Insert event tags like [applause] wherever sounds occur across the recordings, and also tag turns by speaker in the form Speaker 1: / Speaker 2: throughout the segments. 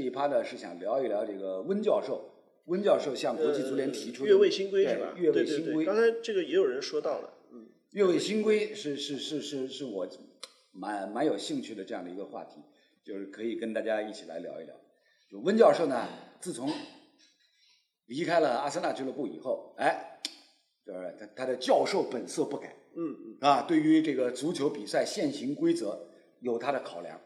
Speaker 1: 这一趴呢是想聊一聊这个温教授，温教授向国际足联提出的
Speaker 2: 呃越位新规
Speaker 1: 对
Speaker 2: 是吧？
Speaker 1: 越
Speaker 2: 对
Speaker 1: 位
Speaker 2: 对
Speaker 1: 新
Speaker 2: 对，
Speaker 1: 规，
Speaker 2: 刚才这个也有人说到了，嗯，
Speaker 1: 越位新规是是是是是我蛮蛮有兴趣的这样的一个话题，就是可以跟大家一起来聊一聊。就温教授呢，自从离开了阿森纳俱乐部以后，哎，就是他他的教授本色不改，
Speaker 2: 嗯
Speaker 1: 啊，对于这个足球比赛现行规则有他的考量，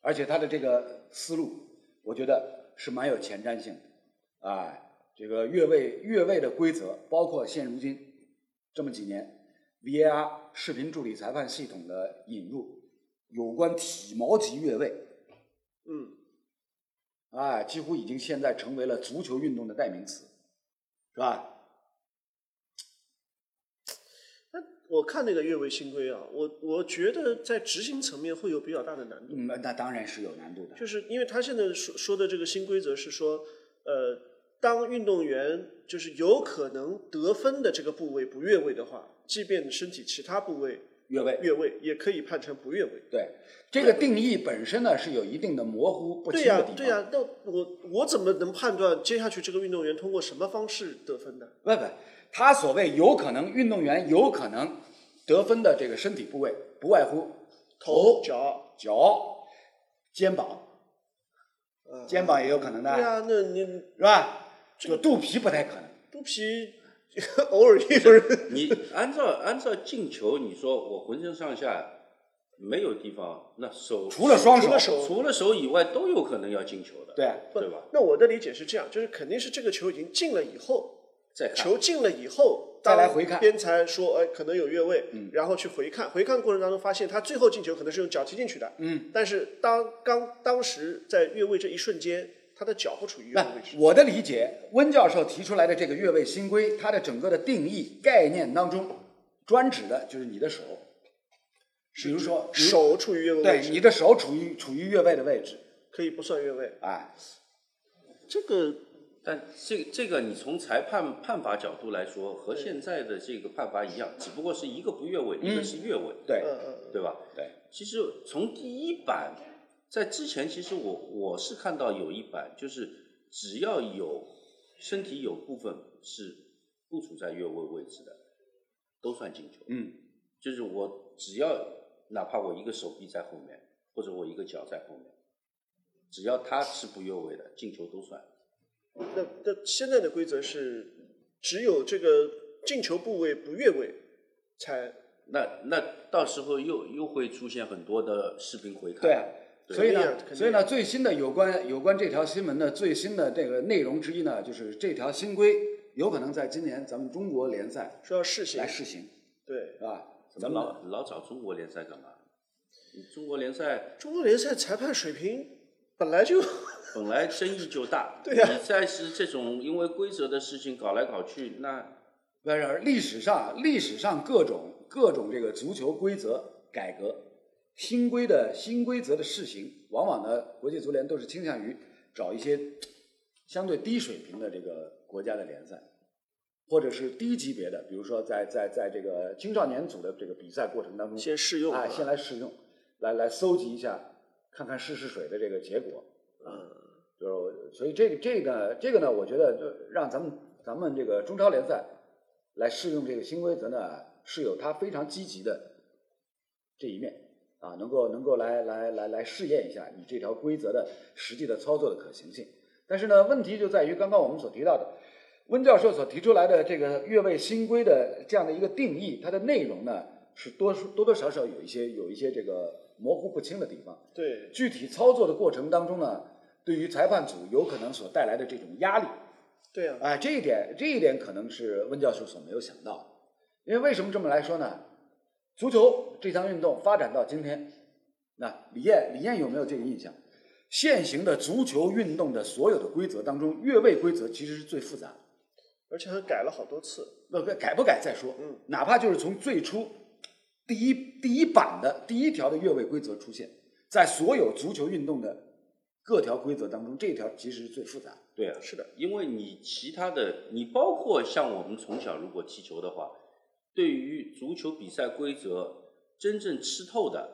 Speaker 1: 而且他的这个思路，我觉得是蛮有前瞻性的啊。这个越位越位的规则，包括现如今这么几年 VAR 视频助理裁判系统的引入，有关体毛级越位，
Speaker 2: 嗯，
Speaker 1: 啊，几乎已经现在成为了足球运动的代名词，是吧？
Speaker 2: 那我看那个越位新规啊，我我觉得在执行层面会有比较大的难度，
Speaker 1: 嗯，那当然是有难度的。
Speaker 2: 就是因为他现在说说的这个新规则是说，呃，当运动员就是有可能得分的这个部位不越位的话，即便身体其他部位
Speaker 1: 越位，
Speaker 2: 越位，也可以判成不越位。
Speaker 1: 对这个定义本身呢是有一定的模糊不
Speaker 2: 对
Speaker 1: 清
Speaker 2: 呀、
Speaker 1: 的地方。
Speaker 2: 对呀、那我我怎么能判断接下去这个运动员通过什么方式得分呢？
Speaker 1: 不不，他所谓有可能运动员有可能得分的这个身体部位，不外乎头、
Speaker 2: 脚，
Speaker 1: 脚、肩膀，
Speaker 2: 呃
Speaker 1: 肩膀也有可能的，
Speaker 2: 对呀、那你
Speaker 1: 是吧？这个肚皮不太可能。
Speaker 2: 肚皮 [laughs] 偶尔也有人，
Speaker 3: 你按照按照进球，你说我浑身上下没有地方，那手
Speaker 1: 除了双
Speaker 2: 除了
Speaker 1: 手
Speaker 2: 手
Speaker 3: 除了手以外都有可能要进球的，
Speaker 1: 对
Speaker 3: 对吧？
Speaker 2: [laughs] 那我的理解是这样，就是肯定是这个球已经进了以后，
Speaker 3: 再看，
Speaker 2: 球进了以后，
Speaker 1: 啊再来
Speaker 2: 当
Speaker 1: 回看嗯
Speaker 2: 边裁说，哎，可能有越位，然后去回看，回看的过程当中发现他最后进球可能是用脚踢进去的，嗯，但是当刚当时在越位这一瞬间，他的脚不处于越位位置，
Speaker 1: 我的理解，温教授提出来的这个越位新规，它的整个的定义概念当中，专指的就是你的手，比如说比如
Speaker 2: 手处于越位位
Speaker 1: 对
Speaker 2: 置，
Speaker 1: 你的手处于处于越位的位置，
Speaker 2: 可以不算越位。
Speaker 1: 哎，
Speaker 2: 这个
Speaker 3: 但这这个你从裁判判罚角度来说，和现在的这个判罚一样，只不过是一个不越位，一个是越位，
Speaker 1: 嗯
Speaker 2: 呃
Speaker 1: 对
Speaker 2: 嗯
Speaker 3: 对吧？
Speaker 1: 对，
Speaker 3: 其实从第一版，在之前，其实我我是看到有一版，就是只要有身体有部分是不处在越位位置的，都算进球。
Speaker 1: 嗯，
Speaker 3: 就是我只要哪怕我一个手臂在后面，或者我一个脚在后面，只要他是不越位的，进球都算。
Speaker 2: 那那现在的规则是，只有这个进球部位不越位才
Speaker 3: 那那到时候又又会出现很多的视频回看。
Speaker 1: 对啊，
Speaker 3: 对
Speaker 1: 所以呢
Speaker 2: 肯定，啊
Speaker 1: 所以呢，最新的有关有关这条新闻的最新的这个内容之一呢，就是这条新规有可能在今年咱们中国联赛
Speaker 2: 说要试行
Speaker 1: 来。试行，
Speaker 2: 对，
Speaker 1: 是吧？
Speaker 3: 怎
Speaker 1: 咱
Speaker 3: 么
Speaker 1: 们
Speaker 3: 老老找中国联赛干嘛？你中国联赛
Speaker 2: 中国联赛裁判水平本来就
Speaker 1: 嗯
Speaker 3: 本来争议就大，
Speaker 2: 对呀
Speaker 3: 你再是这种因为规则的事情搞来搞去，那
Speaker 1: 不是历史上历史上各种各种这个足球规则改革新规的新规则的试行，往往呢，国际足联都是倾向于找一些相对低水平的这个国家的联赛，或者是低级别的，比如说在在在这个青少年组的这个比赛过程当中，
Speaker 2: 先试用啊
Speaker 1: 哎，
Speaker 2: 吧
Speaker 1: 先来试用，来来搜集一下，看看试试水的这个结果。嗯，就是所以这个这个这个呢，我觉得就让咱们咱们这个中超联赛来适用这个新规则呢，是有它非常积极的这一面啊，能够能够来来来来试验一下你这条规则的实际的操作的可行性。但是呢，问题就在于刚刚我们所提到的，温教授所提出来的这个越位新规的这样的一个定义，它的内容呢是多数多多少少有一些有一些这个模糊不清的地方。
Speaker 2: 对，
Speaker 1: 具体操作的过程当中呢，对于裁判组有可能所带来的这种压力，
Speaker 2: 对啊，
Speaker 1: 哎，这一点这一点可能是温教授所没有想到的。因为为什么这么来说呢？足球这项运动发展到今天，那李艳李艳有没有这个印象？现行的足球运动的所有的规则当中，越位规则其实是最复杂的。
Speaker 2: 而且还改了好多次。
Speaker 1: 那个改不改再说，
Speaker 2: 嗯，
Speaker 1: 哪怕就是从最初第一第一版的第一条的越位规则出现，在所有足球运动的各条规则当中，这条其实是最复杂的。
Speaker 3: 对啊，
Speaker 2: 是的，
Speaker 3: 因为你其他的，你包括像我们从小如果踢球的话，对于足球比赛规则真正吃透的，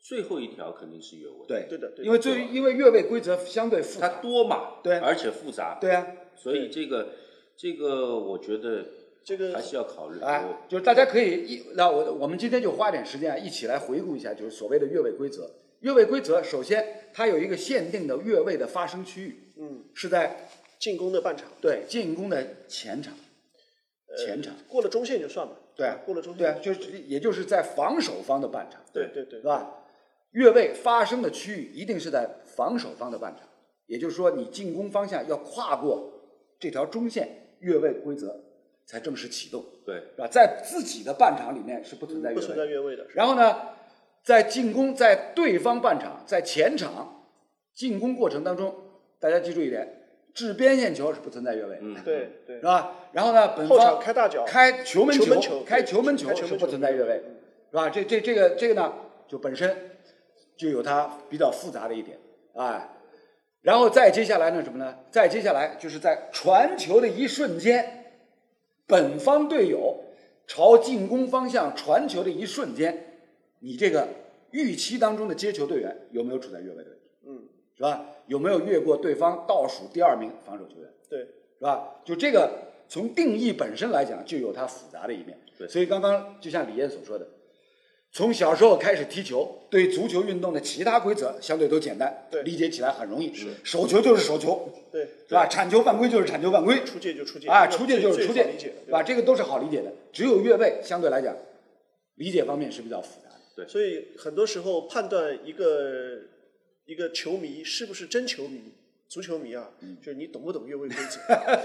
Speaker 3: 最后一条肯定是越位，，
Speaker 1: 对
Speaker 2: 对的对的
Speaker 1: 因为最因为越位规则相对复
Speaker 3: 它
Speaker 1: 杂，
Speaker 3: 多嘛，
Speaker 2: 啊
Speaker 1: 对
Speaker 3: 而且复杂，
Speaker 1: 对啊，
Speaker 3: 所以这个这个我觉得
Speaker 2: 这个
Speaker 3: 还是要考虑。
Speaker 1: 哎
Speaker 3: 我，
Speaker 1: 就是大家可以一，那我我们今天就花点时间啊，一起来回顾一下，就是所谓的越位规则。越位规则首先它有一个限定的越位的发生区域，
Speaker 2: 嗯，
Speaker 1: 是在
Speaker 2: 进攻的半场，
Speaker 1: 对进攻的前场，前场，
Speaker 2: 过了中线就算吧。
Speaker 1: 对啊
Speaker 2: 过了中线。
Speaker 1: 对啊，就是也就是在防守方的半场，
Speaker 2: 对对对
Speaker 1: 是吧？越位发生的区域一定是在防守方的半场，也就是说你进攻方向要跨过这条中线，越位规则才正式启动，
Speaker 3: 对
Speaker 1: 是吧？在自己的半场里面是不存在越
Speaker 2: 嗯不
Speaker 1: 位
Speaker 2: 存
Speaker 1: 的
Speaker 2: 在越位的。是吧
Speaker 1: 然后呢，在进攻在对方半场在前场进攻过程当中，大家记住一点，制边线球是不存在越位，
Speaker 3: 嗯，
Speaker 2: 对对
Speaker 1: 是，吧？然后呢，本
Speaker 2: 后场
Speaker 1: 方
Speaker 2: 开大脚，
Speaker 1: 开球门
Speaker 2: 球门球
Speaker 1: 开
Speaker 2: 对
Speaker 1: 球门球
Speaker 2: 开球门
Speaker 1: 是
Speaker 2: 球
Speaker 1: 不存在越位，是吧？这这这个这个呢，就本身就有它比较复杂的一点啊。然后再接下来呢，什么呢？再接下来就是在传球的一瞬间，本方队友朝进攻方向传球的一瞬间，你这个预期当中的接球队员有没有处在越位的位置，
Speaker 2: 嗯，
Speaker 1: 是吧？有没有越过对方倒数第二名防守球员？
Speaker 2: 对，
Speaker 1: 是吧？就这个从定义本身来讲，就有它复杂的一面。
Speaker 3: 对
Speaker 1: 所以刚刚就像李燕所说的，从小时候开始踢球，对足球运动的其他规则相对都简单，
Speaker 2: 对
Speaker 1: 理解起来很容易。是，手球就是手球，
Speaker 2: 对，
Speaker 1: 是吧？铲球犯规就是铲球犯规，
Speaker 2: 出界就出界
Speaker 1: 啊，
Speaker 2: 这个
Speaker 1: 出界就是
Speaker 2: 最
Speaker 1: 出
Speaker 2: 最
Speaker 1: 界
Speaker 2: 好理解，
Speaker 1: 是吧？
Speaker 2: 对
Speaker 1: 这个都是好理解的，只有越位相对来讲，理解方面是比较复杂的。
Speaker 2: 所以很多时候判断一个一个球迷是不是真球迷。足球迷啊，
Speaker 1: 嗯
Speaker 2: 就是你懂不懂越位规则， [laughs]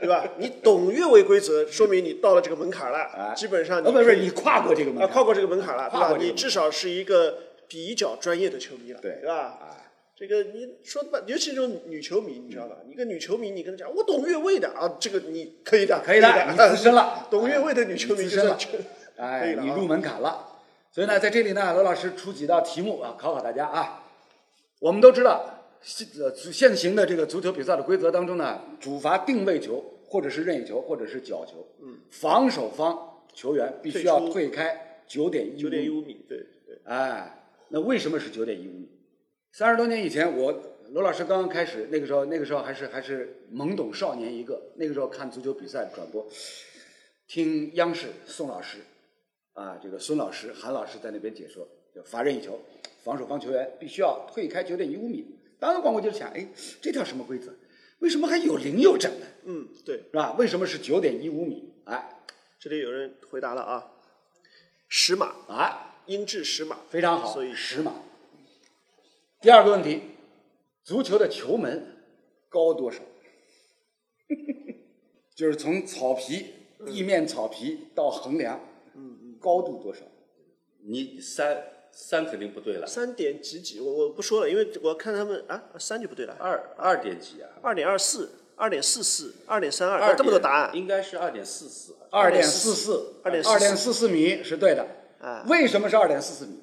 Speaker 2: 对吧？你懂越位规则，说明你到了这个门槛了，
Speaker 1: 啊，
Speaker 2: 基本上
Speaker 1: 啊，不
Speaker 2: 可
Speaker 1: 是
Speaker 2: 以
Speaker 1: 你跨过这个门
Speaker 2: 啊，
Speaker 1: 槛，
Speaker 2: 跨过这个门槛了，对
Speaker 1: 跨
Speaker 2: 吧
Speaker 1: 过？这个
Speaker 2: 你
Speaker 1: 门
Speaker 2: 至少是一个比较专业的球迷了，
Speaker 1: 对
Speaker 2: 吧？
Speaker 1: 啊，
Speaker 2: 这个你说吧，尤其这种女球迷，你知道吧？
Speaker 1: 嗯
Speaker 2: 你跟女球迷，你跟她讲，我懂越位的啊，这个你可以的，
Speaker 1: 嗯可
Speaker 2: [laughs]
Speaker 1: 以的，你资深了，
Speaker 2: 懂越位的女球迷
Speaker 1: 你资
Speaker 2: 就
Speaker 1: 深
Speaker 2: 是
Speaker 1: 了
Speaker 2: 觉得可以
Speaker 1: 哎，
Speaker 2: 了啊
Speaker 1: 你入门槛了。所以呢，在这里呢，罗老师出几道题目啊，考考大家啊。我们都知道，现呃足现行的这个足球比赛的规则当中呢，主罚定位球，或者是任意球，或者是角球。嗯。防守方球员必须要
Speaker 2: 退出
Speaker 1: 退开九点一
Speaker 2: 九
Speaker 1: 五
Speaker 2: 点一五米，对对，
Speaker 1: 哎，那为什么是九点一五米？三十多年以前，我罗老师刚刚开始，那个时候，那个时候还是还是懵懂少年一个。那个时候看足球比赛转播，听央视宋老师啊，这个孙老师、韩老师在那边解说，就罚任意球，防守方球员必须要退开九点一五米。当时光我就想，哎，这条什么规则？为什么还有零有整呢？
Speaker 2: 嗯对。
Speaker 1: 是吧？为什么是九点一五米？哎
Speaker 2: 这里有人回答了啊，十码，
Speaker 1: 哎，
Speaker 2: 英制十码，
Speaker 1: 非常好，
Speaker 2: 所以
Speaker 1: 十码。第二个问题，足球的球门高多少？ [laughs] 就是从草皮地面草皮到横梁，
Speaker 2: 嗯
Speaker 1: 高度多少？
Speaker 3: 你三三肯定不对了，
Speaker 2: 三点几几，我我不说了，因为我看他们啊，三就不对了，
Speaker 3: 二二点几啊？
Speaker 2: 二点二四，二点四四，二点三
Speaker 3: 二
Speaker 2: 二，
Speaker 3: 点
Speaker 2: 这么多答案，
Speaker 3: 应该是二点四四。啊
Speaker 1: 二点四四，啊
Speaker 2: 2.44
Speaker 1: 二点四四米是对的。为什么是二点四四米？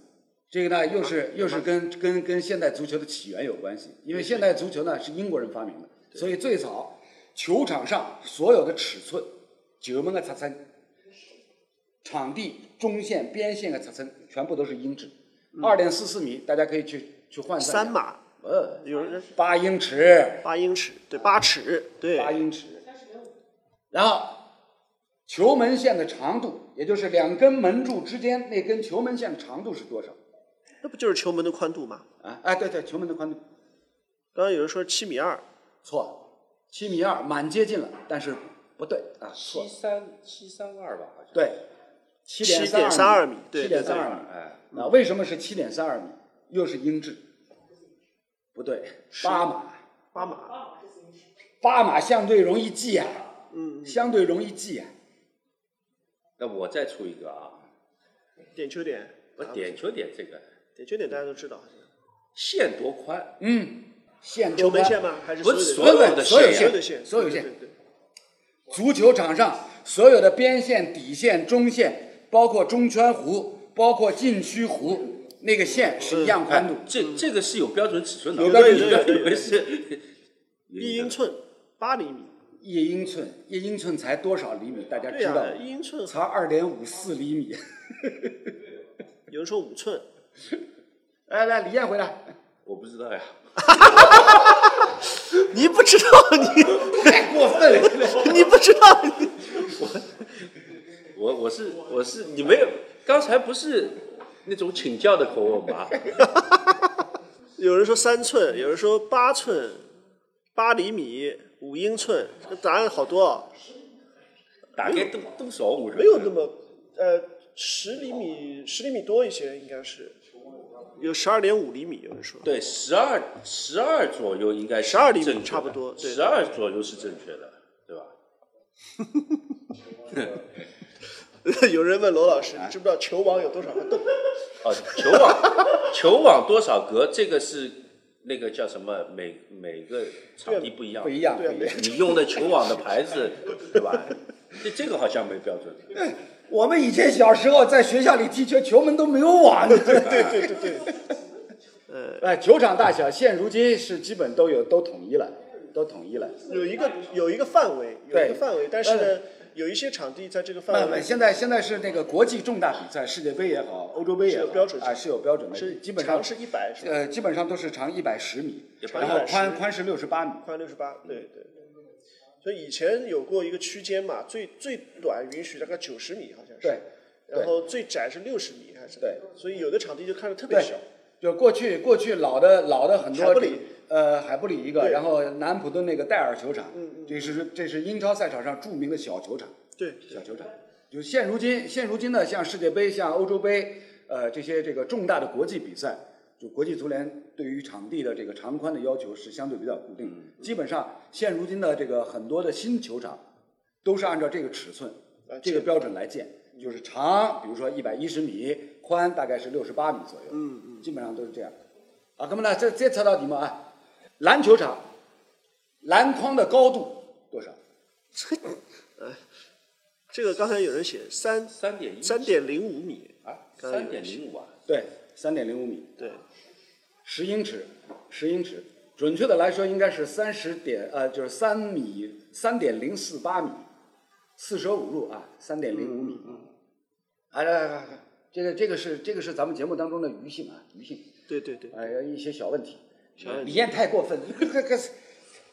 Speaker 1: 这个呢，又是又是跟跟跟现代足球的起源有关系，因为现代足球呢是英国人发明的，所以最早球场上所有的尺寸，九门个尺寸，场地中线、边线个尺寸，全部都是英制。二点四四米，大家可以去去换算一
Speaker 2: 三
Speaker 1: 下，
Speaker 2: 码，
Speaker 1: 呃，
Speaker 2: 有人
Speaker 1: 八英尺，
Speaker 2: 八英尺，对，八尺，对，
Speaker 1: 八英尺，然后球门线的长度，也就是两根门柱之间那根球门线的长度是多少？
Speaker 2: 那不就是球门的宽度吗？
Speaker 1: 啊，哎，对对，球门的宽度
Speaker 2: 刚刚有人说七米二，
Speaker 1: 错，七米二，蛮接近了，但是不对啊，错
Speaker 3: 七，三七三二吧，好像。
Speaker 1: 对，七点
Speaker 2: 7.32米对
Speaker 1: 七点三
Speaker 2: 对
Speaker 1: 二
Speaker 2: 对嗯
Speaker 1: 米。啊
Speaker 3: 哎，
Speaker 1: 那为什么是七点三二米？又是英制，不对，八码，
Speaker 2: 八码，
Speaker 1: 八码相对容易记啊，嗯，相对容易记啊，
Speaker 3: 那我再出一个啊，
Speaker 2: 点球点，
Speaker 3: 我点球点这个
Speaker 2: 点球点大家都知道，
Speaker 3: 线多宽？
Speaker 1: 嗯，线啊
Speaker 2: 球
Speaker 1: 多
Speaker 2: 门
Speaker 1: 宽
Speaker 2: 线吗？还是
Speaker 3: 不
Speaker 2: 所
Speaker 3: 是
Speaker 2: 有的
Speaker 3: 所有
Speaker 1: 所有
Speaker 3: 的线
Speaker 2: 所有的线，
Speaker 1: 所有
Speaker 2: 对
Speaker 1: 线
Speaker 2: 对，对
Speaker 1: 足球场上所有的边线、底线、中线，包括中圈弧，包括禁区弧，那个线是一样宽度
Speaker 3: 哎。这这个是有标准尺寸的，
Speaker 1: 有
Speaker 3: 不要
Speaker 1: 标准尺
Speaker 3: 以为
Speaker 2: 寸
Speaker 3: 以为是
Speaker 2: 一英寸八厘米，
Speaker 1: 一英寸，一英寸才多少厘米？大家
Speaker 2: 哎对
Speaker 1: 知
Speaker 2: 呀、
Speaker 1: 道吗？
Speaker 2: 一英寸，
Speaker 1: 才二点五四厘米，
Speaker 2: 有人说五寸，
Speaker 1: [laughs] 来来，李艳回来，
Speaker 3: 我不知道呀，
Speaker 2: 你不知道你
Speaker 1: 太过分了。
Speaker 2: 你不知道你
Speaker 3: 我我是我是你没有，刚才不是那种请教的口吻吧？
Speaker 2: 有人说三寸，有人说八寸，八厘米，五英寸，这个答案好多啊，
Speaker 3: 大概多多少我
Speaker 2: 没有那么呃十厘米十厘米多一些应该是，有十二点五厘米有人说， [laughs]
Speaker 3: 对十二十二左右应该是
Speaker 2: 12厘米
Speaker 3: 正确的
Speaker 2: 差不多对
Speaker 3: 十二左右是正确的，对吧？
Speaker 2: 有人问罗老师，你知不知道球网有多少个洞？
Speaker 3: 哦，球网球网多少格？这个是那个叫什么？每每个场地不一样，
Speaker 1: 不一样，
Speaker 2: 对啊
Speaker 1: 不一样。
Speaker 3: 你用的球网的牌子，对吧？这这个好像没标准。
Speaker 1: 我们以前小时候在学校里踢球，球门都没有
Speaker 2: [laughs]
Speaker 1: 网。 [laughs]
Speaker 2: 对对对对，
Speaker 1: 哎，球场大小现如今是基本都有都统一了，都统一了。
Speaker 2: 有一个有一个范围，有一个
Speaker 1: 对
Speaker 2: 范围，但是呢，有一些场地在这个
Speaker 1: 那
Speaker 2: 范
Speaker 1: 么
Speaker 2: 围
Speaker 1: 现在现在是那个国际重大比赛，世界杯也好，欧洲杯也好，
Speaker 2: 是有标准的
Speaker 1: 啊，是有标准的，
Speaker 2: 是
Speaker 1: 基本上
Speaker 2: 长是一百是吧？
Speaker 1: 呃，基本上都是长一百十米，
Speaker 3: 长
Speaker 1: 然后
Speaker 2: 110
Speaker 1: 宽宽是六十八米。
Speaker 2: 宽六十八，对对对。所以以前有过一个区间嘛，最最短允许大概九十米，好像是。
Speaker 1: 对。对
Speaker 2: 然后最窄是六十米还是？
Speaker 1: 对。
Speaker 2: 所以有的场地就看着特别
Speaker 1: 对
Speaker 2: 小。，
Speaker 1: 就过去过去老的老的很多
Speaker 2: 海布里
Speaker 1: 呃海布里一个，
Speaker 2: 对
Speaker 1: 然后南普敦那个戴尔球场，这是这是英超赛场上著名的小球场，
Speaker 2: 对。
Speaker 1: 小球场。就现如今现如今呢，像世界杯、像欧洲杯，呃这些这个重大的国际比赛，就国际足联对于场地的这个长宽的要求是相对比较固定，基本上现如今的这个很多的新球场都是按照这个尺寸
Speaker 2: 来、
Speaker 1: 这个标准来建，就是长，比如说一百一十米，宽大概是六十八米左右，嗯嗯，基本上都是这样。啊，那么呢，再再测到底嘛啊，篮球场篮筐的高度多少？
Speaker 2: 这，呃，这个刚才有人写三
Speaker 3: 三点一
Speaker 2: 三点零五米，
Speaker 3: 啊，
Speaker 2: 刚才
Speaker 3: 三
Speaker 2: 有
Speaker 3: 点
Speaker 2: 人写
Speaker 3: 零五啊，
Speaker 1: 对，三点零五米，
Speaker 2: 对，
Speaker 1: 十英尺，十英尺，准确的来说应该是三十点呃，就是三米三点零四八米，四舍五入啊，三点零五米。啊，来来来来，这个这个是这个是咱们节目当中的余兴啊，余兴，
Speaker 2: 对对对，
Speaker 1: 哎，一些小问题。
Speaker 2: 问
Speaker 1: 李艳太过分， [laughs] 这个这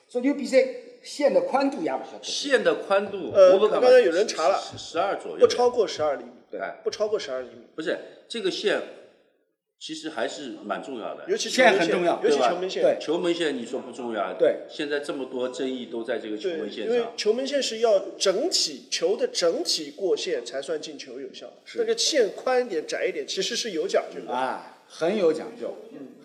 Speaker 1: 足球比赛线的宽度压不下去。
Speaker 3: 线的宽度，
Speaker 2: 呃
Speaker 3: 我不敢
Speaker 2: 刚才有人查了
Speaker 3: 十二左右，
Speaker 2: 不超过十二厘米，
Speaker 3: 对，
Speaker 2: 不超过十二厘米，
Speaker 3: 不是这个线，其实还是蛮重要的。
Speaker 2: 尤其球
Speaker 1: 现在
Speaker 2: 门
Speaker 1: 很重要
Speaker 2: 尤其
Speaker 3: 对吧
Speaker 2: 球门线，
Speaker 1: 对
Speaker 3: 球门线你说不重要，
Speaker 1: 对
Speaker 3: 现在这么多争议都在这个球
Speaker 2: 对，
Speaker 3: 门线
Speaker 2: 因为
Speaker 3: 上，
Speaker 2: 球门线是要整体球的整体过线才算进球有效，那个线宽一点、窄一点其实是有讲究的。
Speaker 1: 啊，很有讲究，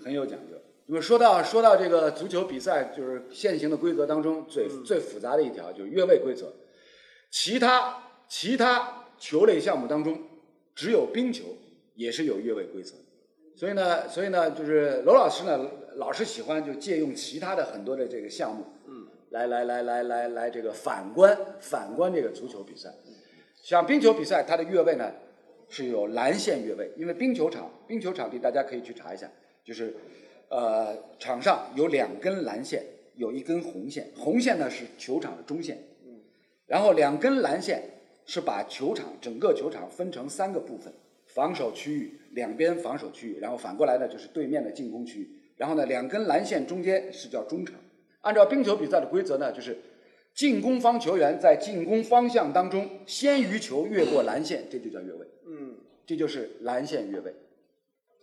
Speaker 1: 很有讲究。那么说到说到这个足球比赛，就是现行的规则当中最、最复杂的一条就是越位规则。其他其他球类项目当中，只有冰球也是有越位规则。所以呢，所以呢，就是罗老师呢，老是喜欢就借用其他的很多的这个项目，嗯，来来来来来来这个反观反观这个足球比赛。像冰球比赛，它的越位呢是有蓝线越位，因为冰球场冰球场地大家可以去查一下，就是呃场上有两根蓝线，有一根红线，红线呢是球场的中线，然后两根蓝线是把球场整个球场分成三个部分，防守区域两边防守区域，然后反过来呢就是对面的进攻区域。然后呢，两根蓝线中间是叫中场。按照冰球比赛的规则呢，就是进攻方球员在进攻方向当中先于球越过蓝线，这就叫越位，
Speaker 2: 嗯，
Speaker 1: 这就是蓝线越位。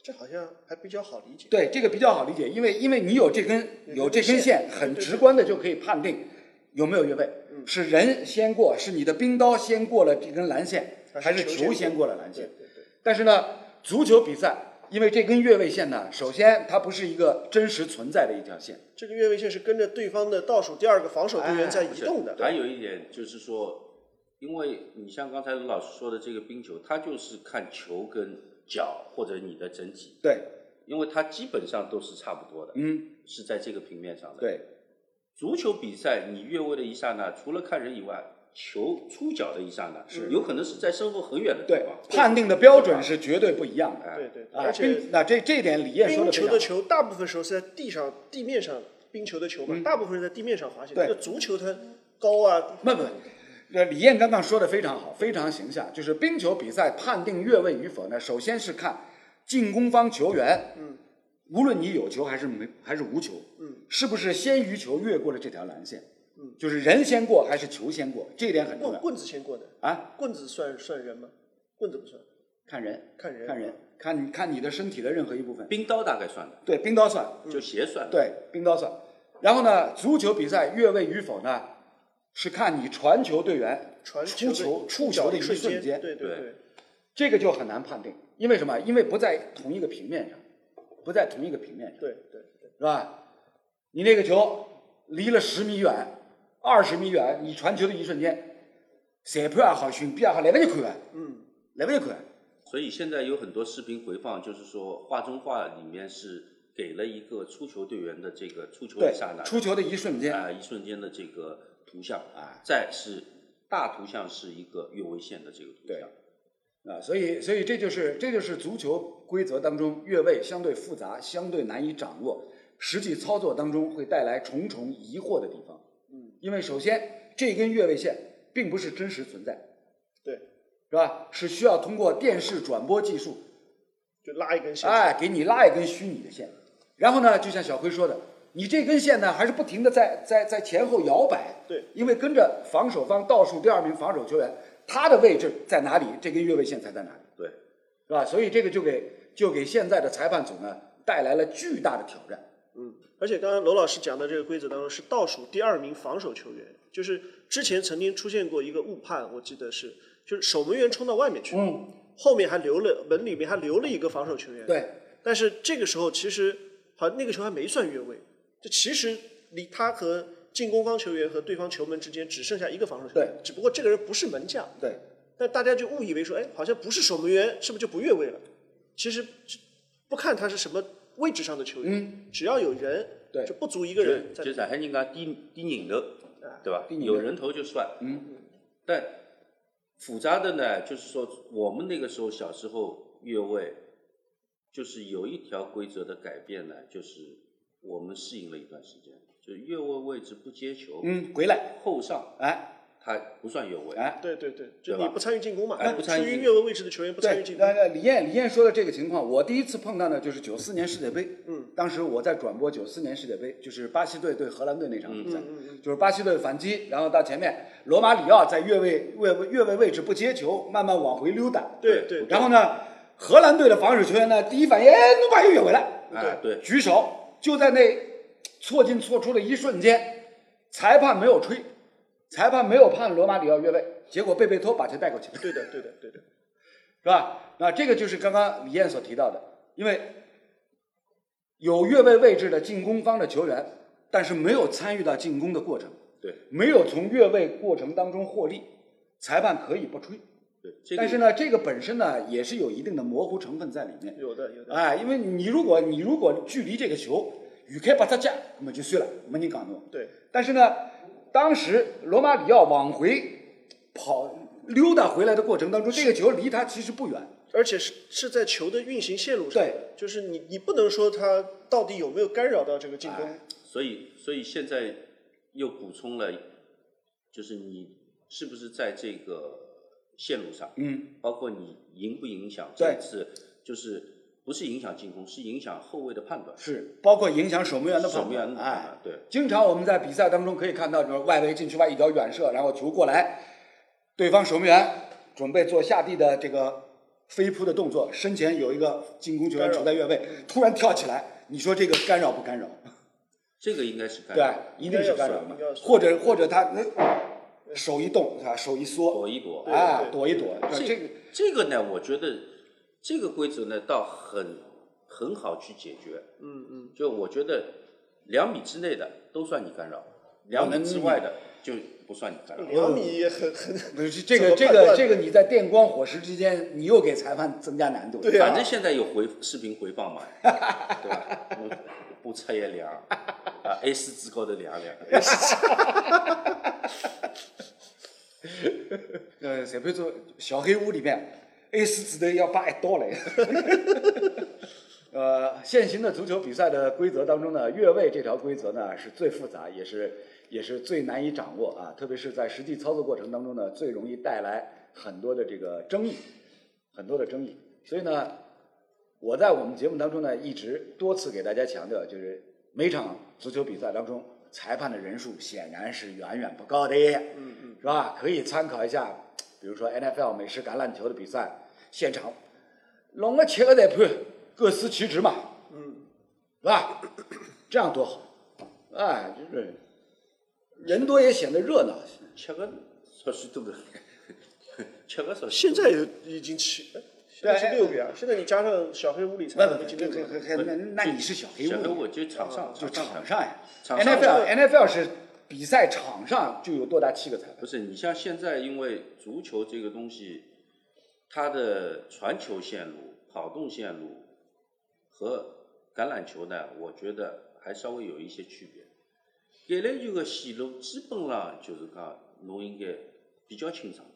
Speaker 2: 这好像还比较好理解。
Speaker 1: 对，这个比较好理解，因为因为你有这根有这根
Speaker 2: 线
Speaker 1: 线，很直观的就可以判定有没有越位，
Speaker 2: 嗯
Speaker 1: 是人先过，是你的冰刀先过了这根蓝线，还
Speaker 2: 是
Speaker 1: 是
Speaker 2: 球
Speaker 1: 球
Speaker 2: 先
Speaker 1: 先过了蓝线？但是呢，足球比赛因为这根越位线呢，首先它不是一个真实存在的一条线，
Speaker 2: 这个越位线是跟着对方的倒数第二个防守
Speaker 1: 哎
Speaker 2: 队员在移
Speaker 3: 不是
Speaker 2: 动的。
Speaker 3: 还有一点就是说，因为你像刚才卢老师说的这个冰球，它就是看球跟脚或者你的整体，
Speaker 1: 对，
Speaker 3: 因为它基本上都是差不多的，
Speaker 1: 嗯，
Speaker 3: 是在这个平面上的。，
Speaker 1: 对，
Speaker 3: 足球比赛你越位的一刹那，除了看人以外，球出脚的一刹那，是有可能是在身后很远的地
Speaker 1: 对
Speaker 3: 方，。
Speaker 1: 判定的标准是绝对不一样的。
Speaker 2: 对对对，
Speaker 1: 啊
Speaker 2: 而，且
Speaker 1: 冰那这这一点李艳说
Speaker 2: 冰
Speaker 1: 的非
Speaker 2: 球
Speaker 1: 常
Speaker 2: 的
Speaker 1: 好。嗯
Speaker 2: 球大部分时候是在地上地面上，冰球的球嘛，大部分是在地面上滑行。
Speaker 1: 对
Speaker 2: 这个足球它高啊，
Speaker 1: 不不，呃，李艳刚刚说的非常好，非常形象，就是冰球比赛判定越位与否呢，首先是看进攻方球员，嗯，无论你有球还是没还是无球，
Speaker 2: 嗯，
Speaker 1: 是不是先于球越过了这条蓝线？
Speaker 2: 嗯，
Speaker 1: 就是人先过还是球先过，这一点很重
Speaker 2: 棍
Speaker 1: 要
Speaker 2: 棍子先过的，
Speaker 1: 啊。
Speaker 2: 棍子算算人吗？棍子不算，
Speaker 1: 看人，
Speaker 2: 看人
Speaker 1: 看人，看你看你的身体的任何一部分。
Speaker 3: 冰刀大概算的，
Speaker 1: 对，冰刀算，
Speaker 3: 就鞋算
Speaker 1: 嗯
Speaker 3: 的。
Speaker 1: 对，冰刀算。然后呢，足球比赛越位与否呢，是看你传球队员
Speaker 2: 传
Speaker 1: 出球
Speaker 2: 的
Speaker 1: 触球的
Speaker 2: 一
Speaker 1: 一
Speaker 2: 瞬
Speaker 1: 瞬间，
Speaker 2: 对对
Speaker 3: 对
Speaker 2: 对，
Speaker 1: 这个就很难判定，因为什么？因为不在同一个平面上，不在同一个平面上，
Speaker 2: 对对对，
Speaker 1: 是吧？你那个球离了十米远、二十米远，你传球的一瞬间，裁判也好，训练也好，来不及看啊，
Speaker 2: 嗯，
Speaker 1: 来不及看啊。
Speaker 3: 所以现在有很多视频回放，就是说画中画里面是给了一个出球队员的这个出球
Speaker 1: 对
Speaker 3: 一刹那，，
Speaker 1: 出球的一瞬间，
Speaker 3: 啊、一瞬间的这个图像
Speaker 1: 啊，
Speaker 3: 再是大图像是一个越位线的这个图
Speaker 1: 对
Speaker 3: 像。
Speaker 1: 啊，所以所以这就是这就是足球规则当中越位相对复杂、相对难以掌握，实际操作当中会带来重重疑惑的地方。
Speaker 2: 嗯，
Speaker 1: 因为首先这根越位线并不是真实存在，
Speaker 2: 对，
Speaker 1: 是吧？是需要通过电视转播技术，
Speaker 2: 就拉一根线，
Speaker 1: 哎，给你拉一根虚拟的线。然后呢，就像小辉说的，你这根线呢还是不停的在在在前后摇摆，
Speaker 2: 对，
Speaker 1: 因为跟着防守方倒数第二名防守球员，他的位置在哪里，这根越位线才在哪里。
Speaker 3: 对，
Speaker 1: 是吧？所以这个就给就给现在的裁判组呢带来了巨大的挑战。
Speaker 2: 嗯，而且刚刚娄老师讲的这个规则当中是倒数第二名防守球员，就是之前曾经出现过一个误判，我记得是就是守门员冲到外面去，
Speaker 1: 嗯，
Speaker 2: 后面还留了门里面还留了一个防守球员，，
Speaker 1: 对
Speaker 2: 但是这个时候其实好像那个球还没算越位，就其实离他和进攻方球员和对方球门之间只剩下一个防守球员，只不过这个人不是门将，
Speaker 1: 对，
Speaker 2: 但大家就误以为说，哎，好像不是守门员，是不是就不越位了？其实不看他是什么位置上的球员，只要有人，
Speaker 1: 对
Speaker 2: 就不足一个人在
Speaker 3: 就上海人家低低人头，对
Speaker 1: 啊
Speaker 3: 吧？
Speaker 1: 低人头
Speaker 3: 有人头就算。嗯。但复杂的呢，就是说我们那个时候小时候越位，就是有一条规则的改变呢，就是我们适应了一段时间，就是越位位置不接球，
Speaker 1: 嗯，回来，
Speaker 3: 后上
Speaker 1: 哎
Speaker 3: 它不算越位。
Speaker 1: 哎，
Speaker 2: 对对对，就
Speaker 3: 对吧
Speaker 2: 你不参与进攻嘛，
Speaker 3: 哎不参与
Speaker 2: 处于
Speaker 3: 进
Speaker 2: 越位位置的球员不参与
Speaker 1: 对
Speaker 2: 进，攻
Speaker 1: 那，那李艳李艳说的这个情况，我第一次碰到呢就是九四年世界杯，
Speaker 2: 嗯，
Speaker 1: 当时我在转播九四年世界杯，就是巴西队对荷兰队那场比赛，
Speaker 2: 嗯嗯嗯
Speaker 1: 就是巴西队反击，然后到前面罗马里奥在越位越位越位位置不接球，慢慢往回溜达，
Speaker 2: 对对，
Speaker 1: 然后呢，荷兰队的防守球员呢第一反应，哎，努把又越回来，
Speaker 3: 哎，对，
Speaker 1: 举手，就在那错进错出的一瞬间，裁判没有吹，裁判没有判罗马里奥越位，结果贝贝托把球带过去了，
Speaker 2: 对的对的对的，
Speaker 1: 是吧？那这个就是刚刚李艳所提到的，因为有越位位置的进攻方的球员，但是没有参与到进攻的过程，
Speaker 3: 对
Speaker 1: 没有从越位过程当中获利，裁判可以不吹。
Speaker 3: 对，这个
Speaker 1: 但是呢，这个本身呢也是有一定的模糊成分在里面。
Speaker 2: 有的有的，
Speaker 1: 哎，因为你如果你如果距离这个球远开八尺架，那么就算了，没人讲侬。
Speaker 2: 对，
Speaker 1: 但是呢，当时罗马里奥往回跑溜达回来的过程当中，这个球离他其实不远。
Speaker 2: 而且是是在球的运行线路上，
Speaker 1: 对，
Speaker 2: 就是你你不能说他到底有没有干扰到这个进攻，
Speaker 3: 所以，所以现在又补充了，就是你是不是在这个线路上，
Speaker 1: 嗯，
Speaker 3: 包括你影不影响
Speaker 1: 对
Speaker 3: 这次，就是不是影响进攻，是影响后卫的判断，
Speaker 1: 是包括影响守门员的
Speaker 3: 守
Speaker 1: 判
Speaker 3: 门员
Speaker 1: 断。
Speaker 3: 的判
Speaker 1: 哎
Speaker 3: 断，，对，
Speaker 1: 经常我们在比赛当中可以看到，就是外围禁区外一脚远射，然后球过来，对方守门员准备做下地的这个飞扑的动作，身前有一个进攻球员
Speaker 2: 干扰
Speaker 1: 处在越位，突然跳起来，你说这个干扰不干扰？
Speaker 3: 这个应该是干
Speaker 1: 对
Speaker 3: 扰，，
Speaker 1: 一定是干扰嘛
Speaker 2: 应该要，算
Speaker 1: 或者或者他呃手一动啊，手一缩
Speaker 3: 躲一躲。
Speaker 1: 啊，
Speaker 2: 对对
Speaker 1: 躲一躲，对这
Speaker 3: 这
Speaker 1: 个
Speaker 3: 个这个呢，我觉得这个规则呢，倒很很好去解决。
Speaker 2: 嗯嗯，
Speaker 3: 就我觉得两米之内的都算你干扰，两米之外的就不算你干扰。
Speaker 2: 两米也很很
Speaker 1: 不是这
Speaker 2: 怎
Speaker 1: 个
Speaker 2: 么
Speaker 1: 这
Speaker 2: 判
Speaker 1: 个
Speaker 2: 断
Speaker 1: 这个你在电光火石之间，你又给裁判增加难度。
Speaker 2: 对啊
Speaker 3: 反正现在有回视频回放嘛，
Speaker 1: [laughs]
Speaker 3: 对吧？不不测也量啊，A 四纸高头量量。
Speaker 1: 呃，裁判做小黑屋里面 A 四纸的要把一刀来。呃，现行的足球比赛的规则当中呢，越位这条规则呢是最复杂，也是也是最难以掌握啊，特别是在实际操作过程当中呢，最容易带来很多的这个争议，很多的争议。所以呢，我在我们节目当中呢，一直多次给大家强调，就是每场足球比赛当中，裁判的人数显然是远远不够的，
Speaker 2: 嗯嗯，
Speaker 1: 是吧？可以参考一下，比如说 NFL 美式橄榄球的比赛，现场弄了七个裁判，各司其职嘛，嗯，是吧？ [coughs] 这样多好，哎，就是人多也显得热闹。
Speaker 3: 吃个少许多的， [laughs] 吃个少许
Speaker 2: 现
Speaker 3: 多。
Speaker 2: 在已经七，哎现在是六个呀。现在你加上小黑屋理
Speaker 1: 不
Speaker 2: 财，
Speaker 1: 不
Speaker 2: 已经
Speaker 1: 不，
Speaker 2: 六
Speaker 1: 这
Speaker 2: 个
Speaker 1: 这
Speaker 2: 了。
Speaker 1: 这那那你是小黑
Speaker 3: 小黑
Speaker 1: 屋，
Speaker 3: 我就场上
Speaker 1: 就
Speaker 3: 场
Speaker 1: 场上呀
Speaker 3: 场上
Speaker 1: ，NFL NFL 是比赛场上就有多达七个裁判。
Speaker 3: 不是你像现在，因为足球这个东西，它的传球线路、跑动线路和橄榄球呢，我觉得还稍微有一些区别。橄榄球的线路基本上就是讲，侬应该比较清爽，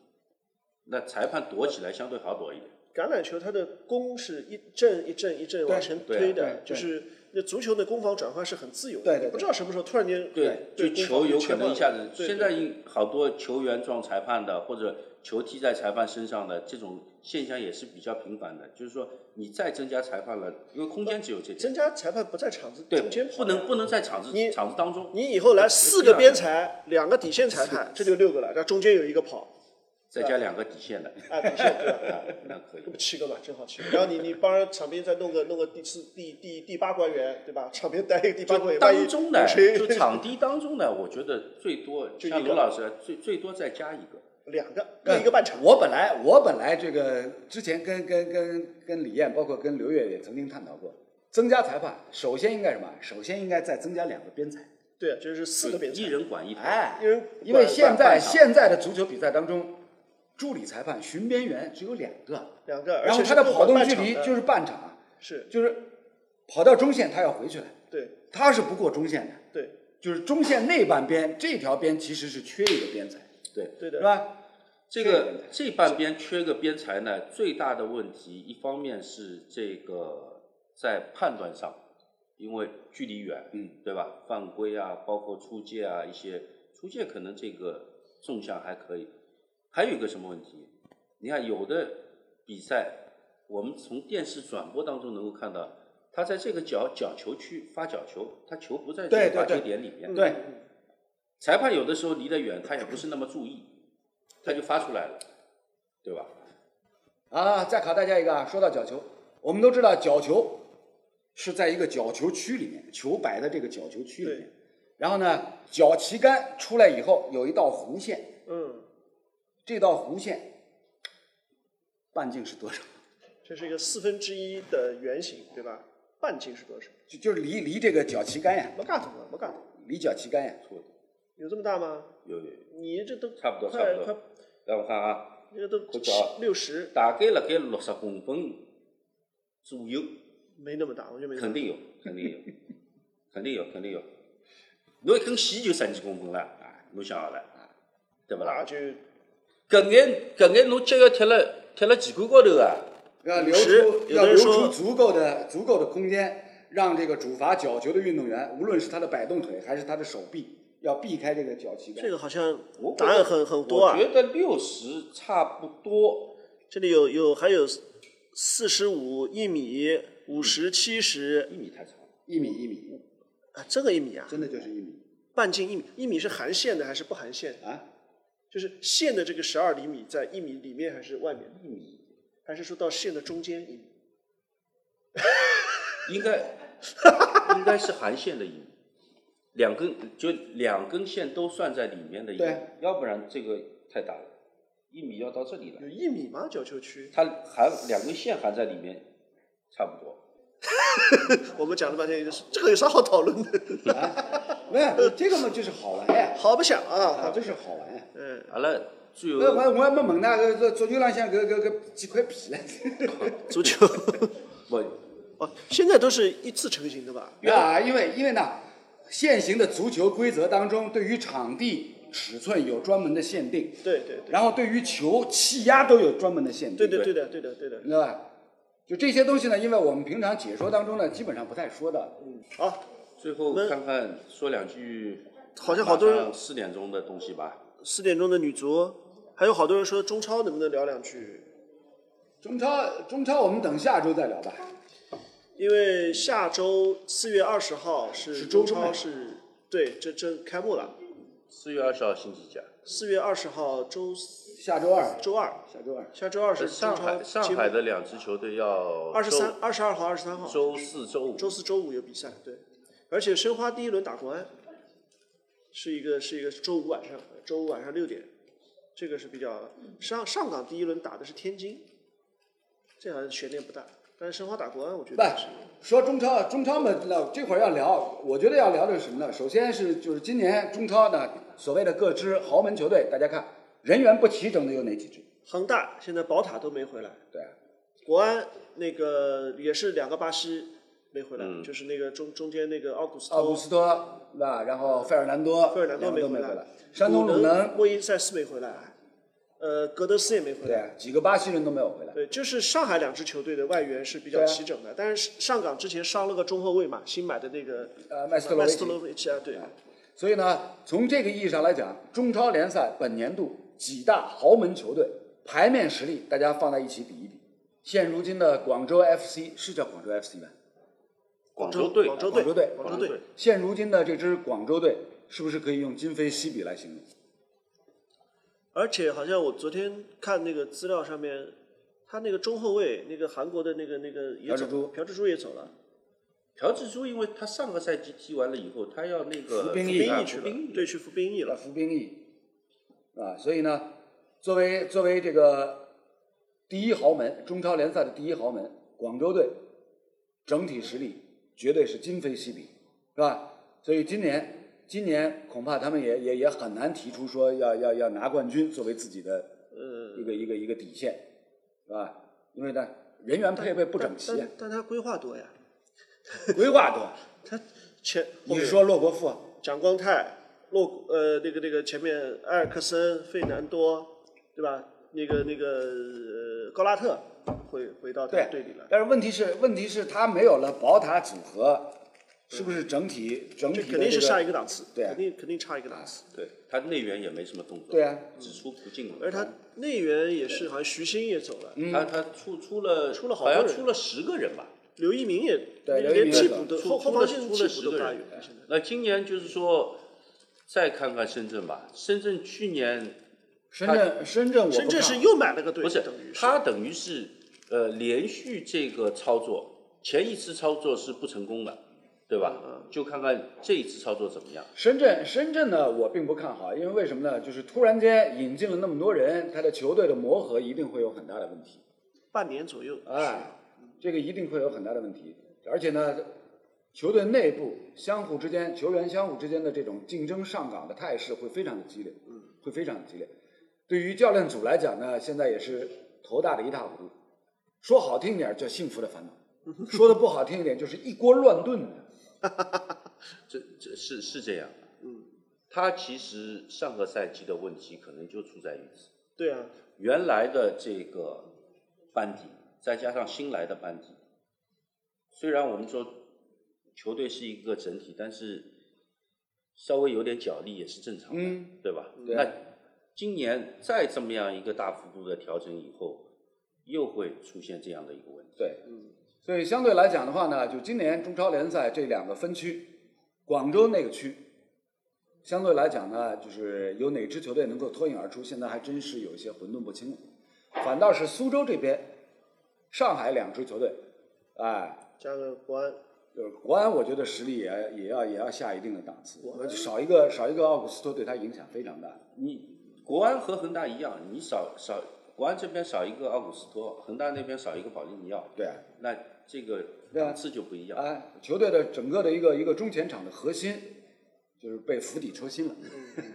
Speaker 3: 那裁判躲起来相对好躲一点。
Speaker 2: 橄榄球它的攻是一阵一阵一阵往前推
Speaker 1: 对
Speaker 2: 的
Speaker 1: 对，
Speaker 2: 就是那足球的攻防转换是很自由
Speaker 1: 对
Speaker 2: 的，
Speaker 1: 对对
Speaker 2: 你不知道什么时候突然间
Speaker 3: 对，
Speaker 2: 对
Speaker 3: 就
Speaker 2: 攻
Speaker 3: 球
Speaker 2: 防
Speaker 3: 有
Speaker 2: 切
Speaker 3: 可
Speaker 2: 换
Speaker 3: 能一
Speaker 2: 了
Speaker 3: 下子，
Speaker 2: 对
Speaker 3: 现在应好多球员撞裁判的，或者球踢在裁判身上的这种现象也是比较频繁的。就是说，你再增加裁判了，因为空间只有这点，
Speaker 2: 增加裁判不在场子
Speaker 3: 对
Speaker 2: 中间，跑
Speaker 3: 不能不能在场子
Speaker 2: 你
Speaker 3: 场子当中
Speaker 2: 你以后来四个边裁，两个底线裁判，这就六个了，然后中间有一个跑，
Speaker 3: 再加两个底线的，
Speaker 2: 啊，底线对吧？
Speaker 3: 啊， [laughs] 那
Speaker 2: [laughs]
Speaker 3: 可以
Speaker 2: 那。不七个嘛，正好七个。然后你你帮场边再弄个弄个第四第第第八官员，对吧？场边带一个第八官员，万一
Speaker 3: 当中呢，
Speaker 2: 谁
Speaker 3: 就场地当中呢，我觉得最多
Speaker 2: 就
Speaker 3: 像
Speaker 2: 一个
Speaker 3: 罗老师啊最最多再加一个，
Speaker 2: [laughs] 两个，各一个半场。
Speaker 1: 我本来我本来这个之前跟跟跟跟李艳，包括跟刘越也曾经探讨过，增加裁判，首先应该什么？首先应该再增加两个边裁。
Speaker 2: 对，就是四个边
Speaker 3: 一
Speaker 2: 裁，
Speaker 3: 人管一头。
Speaker 1: 哎
Speaker 2: 一人
Speaker 1: 因为
Speaker 2: 管
Speaker 1: 现
Speaker 2: 半
Speaker 1: 在
Speaker 2: 场
Speaker 1: 现在的足球比赛当中，助理裁判、巡边员只有两个，
Speaker 2: 两个，而
Speaker 1: 然后
Speaker 2: 且
Speaker 1: 他的跑动距
Speaker 2: 是各
Speaker 1: 离
Speaker 2: 管半场的
Speaker 1: 就是半场，
Speaker 2: 是
Speaker 1: 就是跑到中线他要回去了，
Speaker 2: 对
Speaker 1: 他是不过中线的，
Speaker 2: 对
Speaker 1: 就是中线内半边这条边其实是缺一个边裁，
Speaker 3: 对，
Speaker 2: 对
Speaker 1: 是
Speaker 2: 的，
Speaker 1: 吧？
Speaker 3: 这
Speaker 1: 缺一个
Speaker 3: 个这半边缺个边裁呢，最大的问题一方面是这个在判断上，因为距离远，
Speaker 1: 嗯，
Speaker 3: 对吧？犯规啊，包括出界啊，一些出界可能这个纵向还可以。还有一个什么问题？你看有的比赛，我们从电视转播当中能够看到，他在这个角角球区发角球，他球不在这
Speaker 1: 对
Speaker 3: 个
Speaker 1: 对
Speaker 3: 发球
Speaker 1: 对嗯
Speaker 3: 点里面，
Speaker 1: 对，
Speaker 2: 嗯
Speaker 3: 裁判有的时候离得远，他也不是那么注意，他就发出来了，对吧？
Speaker 1: 啊，再考大家一个啊，说到角球，我们都知道角球是在一个角球区里面，球摆在这个角球区里面
Speaker 2: 对。
Speaker 1: 然后呢，角旗杆出来以后有一道弧线，
Speaker 2: 嗯，
Speaker 1: 这道弧线半径是多少？
Speaker 2: 这是一个四分之一的圆形，对吧？半径是多少？
Speaker 1: 就就是离离这个角旗杆呀，
Speaker 2: 没干懂了，没干懂，
Speaker 1: 离角旗杆呀，
Speaker 3: 错的，
Speaker 2: 有这么大吗？
Speaker 3: 有有有。
Speaker 2: 你这都
Speaker 3: 差不多
Speaker 2: 快
Speaker 3: 差不多
Speaker 2: 快，
Speaker 3: 让我看啊，
Speaker 2: 这个都
Speaker 3: 快找啊
Speaker 2: 六十，
Speaker 3: 大概辣盖六十公分左右，
Speaker 2: 没那么大，我就没那么
Speaker 3: 肯
Speaker 2: 大
Speaker 3: 定有，肯定有，肯定有，肯定有。侬一根线就十几公分了，啊，侬想好了，啊对不
Speaker 2: 那
Speaker 3: 啦？
Speaker 2: 就
Speaker 3: 搿眼搿眼侬脚要踢了踢了旗杆高头啊，
Speaker 1: 要留
Speaker 2: 时
Speaker 1: 出
Speaker 2: 有
Speaker 1: 要留
Speaker 2: 的人
Speaker 1: 出
Speaker 2: 说
Speaker 1: 足够的足够的空间，让这个主罚角球的运动员，无论是他的摆动腿还是他的手臂，要避开这个角旗杆。
Speaker 2: 这个好像
Speaker 3: 我
Speaker 2: 答案很很多啊
Speaker 3: 我。觉得六十差不多，
Speaker 2: 这里有有还有四十五一米、五十七十
Speaker 3: 一米太长了。
Speaker 1: 一米一米，
Speaker 2: 啊，这个一米啊，
Speaker 1: 真的就是一米
Speaker 2: 半径一米，一米是含线的还是不含线的？
Speaker 1: 啊。
Speaker 2: 就是线的这个十二厘米在一米里面还是外面？
Speaker 3: 一米
Speaker 2: 还是说到线的中间一米？
Speaker 3: 应该应该是含线的一米，两根就两根线都算在里面的一米
Speaker 1: 对，
Speaker 3: 要不然这个太大了，一米要到这里了
Speaker 2: 有，一米吗？角球区？
Speaker 3: 它含两根线含在里面，差不多。
Speaker 2: 我们讲了半天，就是这个有啥好讨论的？
Speaker 1: 没有，这个嘛就是好玩呀，
Speaker 2: 好不想
Speaker 1: 啊，
Speaker 2: 啊！
Speaker 1: 就是好玩呀。
Speaker 2: 嗯，
Speaker 3: 阿拉最
Speaker 1: 那
Speaker 3: 后
Speaker 1: 我我还没问呢，搿搿足球浪向搿搿搿几块皮 [laughs] 嘞？
Speaker 2: 足球 [laughs]
Speaker 3: 不
Speaker 2: 哦，现在都是一次成型的吧？
Speaker 1: 啊，因为因为呢，现行的足球规则当中，对于场地尺寸有专门的限定，
Speaker 2: 对对对
Speaker 1: 然后对于球气压都有专门的限定，
Speaker 2: 对对对的对的对的。
Speaker 1: 知道吧？就这些东西呢，因为我们平常解说当中呢，基本上不太说的。
Speaker 2: 好，
Speaker 3: 最后
Speaker 2: 那
Speaker 3: 看看说两句，
Speaker 2: 好像好多人
Speaker 3: 四点钟的东西吧。
Speaker 2: 四点钟的女足，还有好多人说中超能不能聊两句？
Speaker 1: 中超，中超我们等下周再聊吧。
Speaker 2: 因为下周四月二十号是
Speaker 1: 是
Speaker 2: 中
Speaker 1: 周中
Speaker 2: 超
Speaker 1: 呀
Speaker 2: 是，对，这这开幕了。
Speaker 3: 四月二十号星期几啊？
Speaker 2: 四月二十号周四
Speaker 1: 下周二，
Speaker 2: 周二，
Speaker 1: 下周二，
Speaker 2: 下周二是中
Speaker 3: 呃上
Speaker 2: 超
Speaker 3: 海上
Speaker 2: 揭幕
Speaker 3: 海的两支球队要
Speaker 2: 二十
Speaker 3: 周
Speaker 2: 三、二十二号、二十三号，
Speaker 3: 周四周五
Speaker 2: 周四周五有比赛，对，而且申花第一轮打国安，是一个是一个周五晚上，周五晚上六点，这个是比较上上港第一轮打的是天津，这好像悬念不大，但是申花打国安，我觉得
Speaker 1: 不
Speaker 2: 是
Speaker 1: 说中超，中超嘛，那这会儿要聊，我觉得要聊的是什么呢？首先是就是今年中超呢，所谓的各支豪门球队，大家看人员不齐整的有哪几支？
Speaker 2: 恒大现在宝塔都没回来，
Speaker 1: 对啊，
Speaker 2: 国安那个也是两个巴西没回来，
Speaker 3: 嗯
Speaker 2: 就是那个中中间那个奥古斯
Speaker 1: 奥古
Speaker 2: 托、
Speaker 1: 斯托对吧？然后费尔南多，
Speaker 2: 费尔南多
Speaker 1: 两个
Speaker 2: 没
Speaker 1: 都
Speaker 2: 回
Speaker 1: 没
Speaker 2: 来
Speaker 1: 回来，山东鲁能，
Speaker 2: 莫伊塞斯没回来，呃，格德斯也没回来
Speaker 1: 对。啊，几个巴西人都没有回来。
Speaker 2: 对，呃就是上海两支球队的外援是比较
Speaker 1: 对啊
Speaker 2: 齐整的，但是上港之前伤了个中后卫嘛，新买的那个
Speaker 1: 呃麦斯特罗
Speaker 2: 麦
Speaker 1: 维
Speaker 2: 斯
Speaker 1: 奇
Speaker 2: 特罗维奇啊，对，
Speaker 1: 所以呢，从这个意义上来讲，中超联赛本年度几大豪门球队牌面实力，大家放在一起比一比。现如今的广州 FC 是叫广州 FC 吧？
Speaker 3: 广州队
Speaker 2: 广州
Speaker 1: 广州队
Speaker 2: 广州
Speaker 3: 广州
Speaker 2: 队
Speaker 3: 队，
Speaker 1: 现如今的这支广州队，是不是可以用今非昔比来形容？
Speaker 2: 而且好像我昨天看那个资料上面，他那个中后卫，那个韩国的那个那个也
Speaker 1: 朴
Speaker 2: 走
Speaker 1: 智
Speaker 2: 了
Speaker 1: 珠，
Speaker 2: 朴智珠也走了，
Speaker 3: 朴智珠，因为他上个赛季踢完了以后，他要那个
Speaker 1: 服兵役
Speaker 2: 兵
Speaker 3: 啊
Speaker 2: 役去
Speaker 3: 服
Speaker 2: 了
Speaker 3: 兵役，
Speaker 2: 对，去服兵役
Speaker 1: 了
Speaker 2: 了。
Speaker 1: 服兵役，啊，所以呢，作为作为这个第一豪门，中超联赛的第一豪门，广州队整体实力绝对是今非昔比，是吧？所以今年今年恐怕他们也也也很难提出说要要要拿冠军作为自己的一个一个一个底线，是吧？因为呢，人员配备不整齐
Speaker 2: 但
Speaker 1: 啊，
Speaker 2: 但但他规划多呀，
Speaker 1: 规划多。
Speaker 2: 他前后
Speaker 1: 你
Speaker 2: 面
Speaker 1: 是说洛国富啊？
Speaker 2: 蒋光泰、洛呃那个那个前面埃尔克森、费南多，对吧？那个那个、呃、高拉特回回到他
Speaker 1: 对
Speaker 2: 队里了。
Speaker 1: 但是问题是，问题是他没有了宝塔组合，是不是整体整体
Speaker 2: 这
Speaker 1: 的
Speaker 2: 肯定是
Speaker 1: 这
Speaker 2: 差一个档次，
Speaker 1: 对啊
Speaker 2: 肯定肯定差一个档次。
Speaker 3: 对他内援也没什么动作，
Speaker 1: 对啊，
Speaker 3: 只出不进了。
Speaker 2: 而他内援也是，好像徐新也走了，
Speaker 3: 他他出出了
Speaker 2: 嗯出了好
Speaker 3: 好像
Speaker 2: 多人
Speaker 3: 出了十个人吧，
Speaker 2: 刘一鸣也
Speaker 1: 对刘一
Speaker 2: 连
Speaker 1: 鸣
Speaker 2: 替
Speaker 1: 也
Speaker 2: 补
Speaker 1: 走
Speaker 2: 都
Speaker 1: 了
Speaker 2: 后
Speaker 3: 出
Speaker 2: 后
Speaker 3: 出
Speaker 2: 防
Speaker 3: 了
Speaker 2: 线
Speaker 3: 出
Speaker 2: 替
Speaker 3: 了
Speaker 2: 补
Speaker 3: 十
Speaker 2: 都
Speaker 3: 个
Speaker 2: 大有
Speaker 3: 人哎
Speaker 2: 现在。。
Speaker 3: 那今年就是说，再看看深圳吧。深圳去年
Speaker 1: 深圳深圳我不
Speaker 2: 深圳
Speaker 1: 看
Speaker 2: 是又买了个队，
Speaker 3: 不是
Speaker 2: 等于是
Speaker 3: 他等于是呃连续这个操作，前一次操作是不成功的，对
Speaker 2: 嗯
Speaker 3: 吧？就看看这一次操作怎么样。
Speaker 1: 深圳深圳呢，我并不看好，因为为什么呢？就是突然间引进了那么多人，他的球队的磨合一定会有很大的问题。
Speaker 2: 半年左右。
Speaker 1: 哎，这个一定会有很大的问题。而且呢，球队内部相互之间、球员相互之间的这种竞争上岗的态势会非常的激烈，嗯，会非常的激烈。对于教练组来讲呢，现在也是头大的一塌糊涂。说好听点儿叫幸福的烦恼，说的不好听一点就是一锅乱炖的。
Speaker 3: 这这是是这样。嗯，他其实上个赛季的问题可能就出在于此，
Speaker 2: 对啊，
Speaker 3: 原来的这个班底，再加上新来的班底，虽然我们说球队是一个整体，但是稍微有点角力也是正常的，
Speaker 1: 嗯
Speaker 3: 对吧？
Speaker 1: 对啊
Speaker 3: 那今年再这么样一个大幅度的调整以后，又会出现这样的一个问题。
Speaker 1: 对，所以相对来讲的话呢，就今年中超联赛这两个分区，广州那个区，相对来讲呢，就是有哪支球队能够脱颖而出，现在还真是有一些混沌不清了。反倒是苏州这边，上海两支球队，哎，
Speaker 2: 加个国安，
Speaker 1: 就是国安，我觉得实力也也要也要下一定的档次，少一个少一个奥古斯托对他影响非常大。
Speaker 3: 你国安和恒大一样，你少少国安这边少一个奥古斯托，恒大那边少一个保利尼奥，
Speaker 1: 对啊
Speaker 3: 那这个
Speaker 1: 对啊
Speaker 3: 档次就不一样。
Speaker 1: 哎，球队的整个的一个一个中前场的核心，就是被釜底抽薪了， [laughs]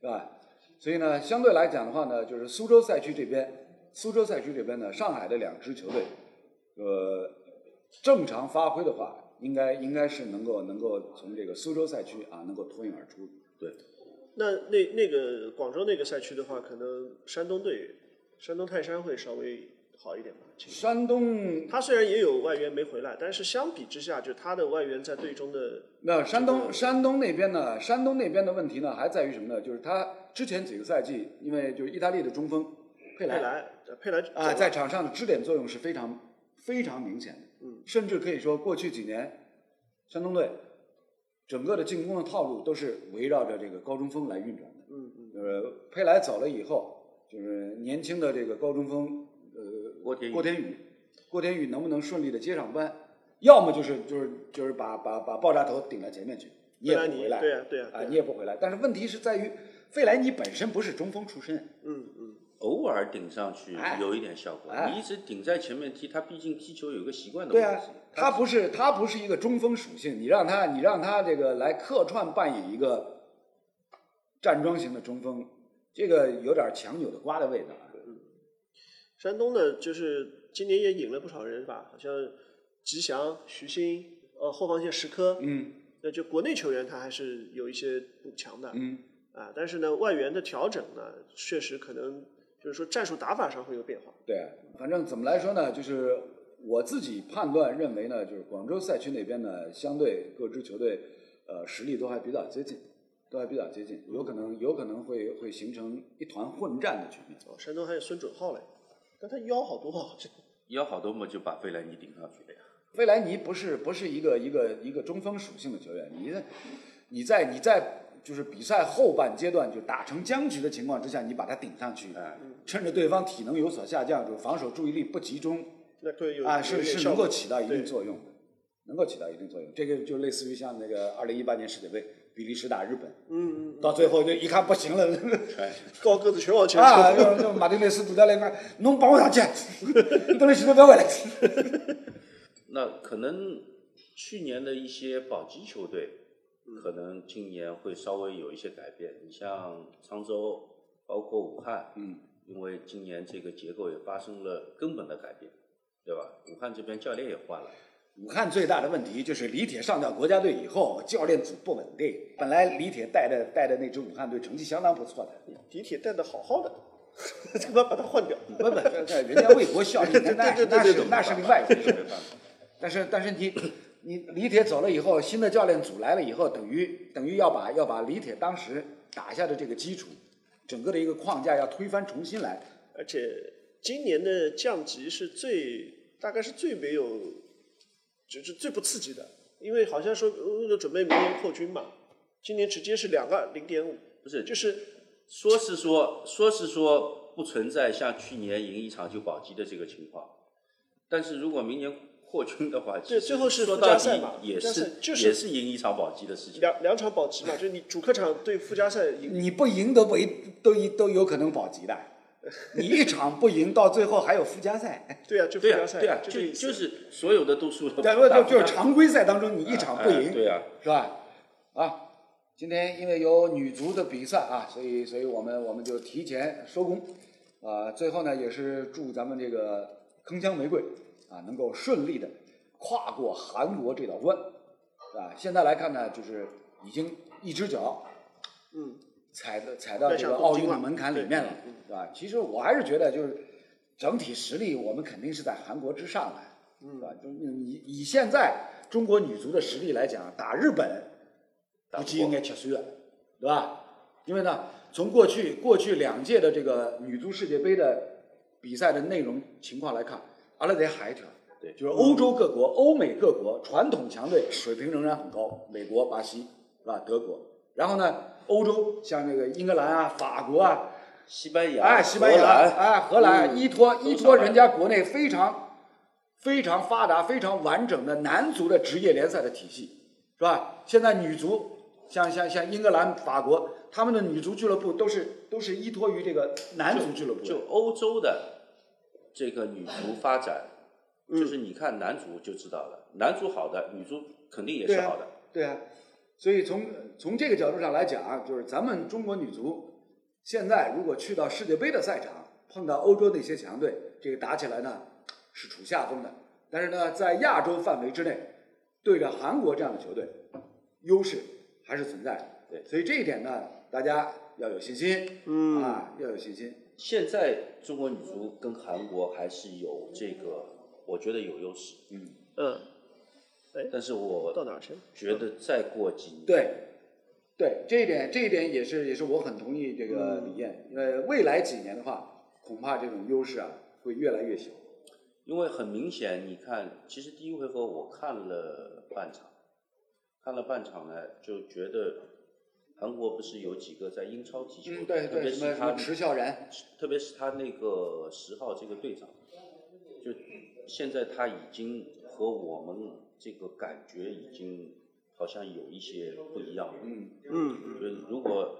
Speaker 1: 是吧？所以呢，相对来讲的话呢，就是苏州赛区这边，苏州赛区这边呢，上海的两支球队，呃，正常发挥的话，应该应该是能够能够从这个苏州赛区啊，能够脱颖而出。
Speaker 3: 对，
Speaker 2: 那那那个广州那个赛区的话，可能山东队，山东泰山会稍微好一点吧。其实
Speaker 1: 山东
Speaker 2: 他虽然也有外援没回来，但是相比之下，就他的外援在队中的
Speaker 1: 那山东山东那边呢？山东那边的问题呢，还在于什么呢？就是他之前几个赛季，因为就是意大利的中锋佩
Speaker 2: 佩
Speaker 1: 莱
Speaker 2: 莱，呃佩莱
Speaker 1: 啊啊，在场上的支点作用是非常非常明显的。
Speaker 2: 嗯
Speaker 1: 甚至可以说过去几年，山东队整个的进攻的套路都是围绕着这个高中锋来运转的。
Speaker 2: 嗯嗯，
Speaker 1: 就是佩莱走了以后，就是年轻的这个高中锋，呃，
Speaker 3: 郭天宇
Speaker 1: 郭天宇，郭天宇能不能顺利的接上班？要么就是就是就是把把把爆炸头顶到前面去，你也
Speaker 2: 贝
Speaker 1: 不
Speaker 2: 莱尼
Speaker 1: 回来，
Speaker 2: 对啊对啊
Speaker 1: 啊
Speaker 2: 对啊
Speaker 1: 你也不回来。但是问题是在于，费莱尼本身不是中锋出身，
Speaker 2: 嗯嗯，
Speaker 3: 偶尔顶上去
Speaker 1: 哎
Speaker 3: 有一点效果，
Speaker 1: 哎
Speaker 3: 你一直顶在前面踢，他毕竟踢球有个习惯的
Speaker 1: 对
Speaker 3: 问
Speaker 1: 啊
Speaker 3: 题。，
Speaker 1: 他不是他不是一个中锋属性，你让他你让他这个来客串扮演一个站桩型的中锋，这个有点强扭的瓜的味道啊。
Speaker 2: 山东的就是今年也引了不少人吧，好像吉祥、徐新，呃，后防线石科，
Speaker 1: 嗯
Speaker 2: 那就国内球员他还是有一些补强的
Speaker 1: 嗯，
Speaker 2: 啊，但是呢，外援的调整呢，确实可能就是说战术打法上会有变化。
Speaker 1: 对啊，反正怎么来说呢，就是我自己判断认为呢，就是广州赛区那边呢，相对各支球队呃实力都还比较接近，都还比较接近，有可能有可能会会形成一团混战的局面。
Speaker 2: 哦，山东还有孙准浩嘞，但他腰好多啊， [laughs] 这
Speaker 3: 要好多么就把费莱尼顶上去了呀。
Speaker 1: 费莱尼不是不是一个一个一个中锋属性的球员，你你在你在就是比赛后半阶段就打成僵局的情况之下，你把他顶上去，
Speaker 3: 哎
Speaker 1: 趁着对方体能有所下降，就是防守注意力不集中
Speaker 2: 那对有
Speaker 1: 啊，
Speaker 2: 有
Speaker 1: 是
Speaker 2: 点
Speaker 1: 是
Speaker 2: 效
Speaker 1: 能够
Speaker 2: 果
Speaker 1: 起到一
Speaker 2: 对
Speaker 1: 定作用的，能够起到一定作用。这个就类似于像那个二零一八年世界杯，比利时打日本，
Speaker 2: 嗯，嗯
Speaker 1: 到最后就一看不行 [laughs] 了，哎
Speaker 2: 高个子全往前
Speaker 1: 啊，
Speaker 2: 冲。
Speaker 1: 让让马丁内斯主教练看，侬帮我 [laughs] 上去，德雷西都不要回来。
Speaker 3: 那可能去年的一些保级球队，
Speaker 2: 嗯
Speaker 3: 可能今年会稍微有一些改变。你像沧州，包括武汉，
Speaker 1: 嗯，
Speaker 3: 因为今年这个结构也发生了根本的改变，对吧？武汉这边教练也换了，
Speaker 1: 武汉最大的问题就是李铁上到国家队以后，教练组不稳定。本来李铁带的带的那支武汉队成绩相当不错的，
Speaker 2: 迪铁带的好好的， [laughs] 他妈把他
Speaker 1: [laughs]
Speaker 2: 换掉。
Speaker 1: 不不，这这人家为国效力，那那
Speaker 2: 对对对
Speaker 1: 那
Speaker 2: 对
Speaker 1: 是
Speaker 2: 对
Speaker 1: 那是另外一回
Speaker 3: 没
Speaker 1: 事。
Speaker 3: 办法，
Speaker 1: 但是但是你你李铁走了以后，新的教练组来了以后，等于等于要把要把李铁当时打下的这个基础，整个的一个框架要推翻重新来。
Speaker 2: 而且今年的降级是最大概是最没有，就是最不刺激的，因为好像说为了准备明年扩军嘛，今年直接是两个零点五，
Speaker 3: 不是
Speaker 2: 就是
Speaker 3: 说是说，说是说不存在像去年赢一场就保级的这个情况，但是如果明年扩军的话，
Speaker 2: 对
Speaker 3: 其实
Speaker 2: 最后是
Speaker 3: 说
Speaker 2: 附
Speaker 3: 到
Speaker 2: 加赛
Speaker 3: 底
Speaker 2: 嘛
Speaker 3: 也
Speaker 2: 附加
Speaker 3: 是
Speaker 2: 赛就是
Speaker 3: 也是赢一场保级的事情。
Speaker 2: 两两场保级嘛，就是你主客场对附加赛赢，
Speaker 3: 嗯
Speaker 1: 你不赢都不一都一都有可能保级的，你一场不赢到最后还有附加赛。
Speaker 2: 对啊，就附
Speaker 3: 对
Speaker 2: 加
Speaker 3: 啊，
Speaker 2: 赛，
Speaker 3: 对啊，
Speaker 2: 就这个
Speaker 3: 就
Speaker 2: 意思
Speaker 3: 就是所有的都输了，
Speaker 1: 对，不
Speaker 3: 打
Speaker 1: 就
Speaker 3: 不
Speaker 1: 就是
Speaker 3: 下
Speaker 1: 常规赛当中你一场不
Speaker 3: 哎
Speaker 1: 赢，
Speaker 3: 对啊，
Speaker 1: 是吧？啊，今天因为有女足的比赛啊，所以所以我们我们就提前收工，啊，最后呢也是祝咱们这个铿锵玫瑰啊能够顺利的跨过韩国这道关，啊，现在来看呢就是已经一只脚
Speaker 2: 嗯，
Speaker 1: 踩到踩到
Speaker 2: 迈
Speaker 1: 这
Speaker 2: 向
Speaker 1: 个
Speaker 2: 东
Speaker 1: 奥
Speaker 2: 京
Speaker 1: 运的
Speaker 2: 了
Speaker 1: 门槛里
Speaker 2: 对嗯
Speaker 1: 面了，是吧？其实我还是觉得，就是整体实力，我们肯定是在韩国之上的，
Speaker 2: 嗯
Speaker 1: 是吧？就你以现在中国女足的实力来讲，打日本
Speaker 3: 打
Speaker 1: 估
Speaker 3: 不
Speaker 1: 计
Speaker 3: 过
Speaker 1: 应该吃亏了，对吧？因为呢，从过去过去两届的这个女足世界杯的比赛的内容情况来看，阿拉得海一条，
Speaker 3: 对
Speaker 1: 就是欧洲各国、欧美各国传统强队水平仍然很高，美国、巴西是吧？德国，然后呢，欧洲像这个英格兰啊、法国啊，
Speaker 3: 西班牙，
Speaker 1: 哎，西班牙，
Speaker 3: 荷兰嗯
Speaker 1: 哎，荷兰，依托
Speaker 3: 都
Speaker 1: 依
Speaker 3: 上
Speaker 1: 托
Speaker 3: 来
Speaker 1: 人家国内非常非常发达、非常完整的男足的职业联赛的体系，是吧？现在女足，像像像英格兰、法国，他们的女足俱乐部都是都是依托于这个男足俱乐部的，
Speaker 3: 就欧洲的这个女足发展，
Speaker 1: 嗯
Speaker 3: 就是你看男足就知道了，男足好的，女足肯定也
Speaker 1: 对
Speaker 3: 是
Speaker 1: 啊
Speaker 3: 好的。
Speaker 1: 对啊。所以从从这个角度上来讲，就是咱们中国女足现在如果去到世界杯的赛场，碰到欧洲那些强队，这个打起来呢是处下风的。但是呢，在亚洲范围之内，对着韩国这样的球队，优势还是存在的。
Speaker 3: 对
Speaker 1: 所以这一点呢，大家要有信心，
Speaker 2: 嗯
Speaker 1: 啊，要有信心。
Speaker 3: 现在中国女足跟韩国还是有这个，我觉得有优势，
Speaker 2: 嗯，
Speaker 3: 但是
Speaker 2: 到
Speaker 3: 我
Speaker 2: 哪儿去了？
Speaker 3: 觉得再过几年，
Speaker 1: 对，对，这一点，这一点也是也是我很同意这个李艳，因为未来几年的话，恐怕这种优势啊会越来越小。
Speaker 3: 因为很明显，你看，其实第一回合我看了半场，看了半场呢，就觉得韩国不是有几个在英超踢球的，
Speaker 1: 嗯，对
Speaker 3: 特别
Speaker 1: 对，什么什么
Speaker 3: 是他
Speaker 1: 迟孝然，
Speaker 3: 特别是他那个十号这个队长，就现在他已经和我们这个感觉已经好像有一些不一样了。
Speaker 1: 嗯，
Speaker 2: 嗯，
Speaker 3: 就是如果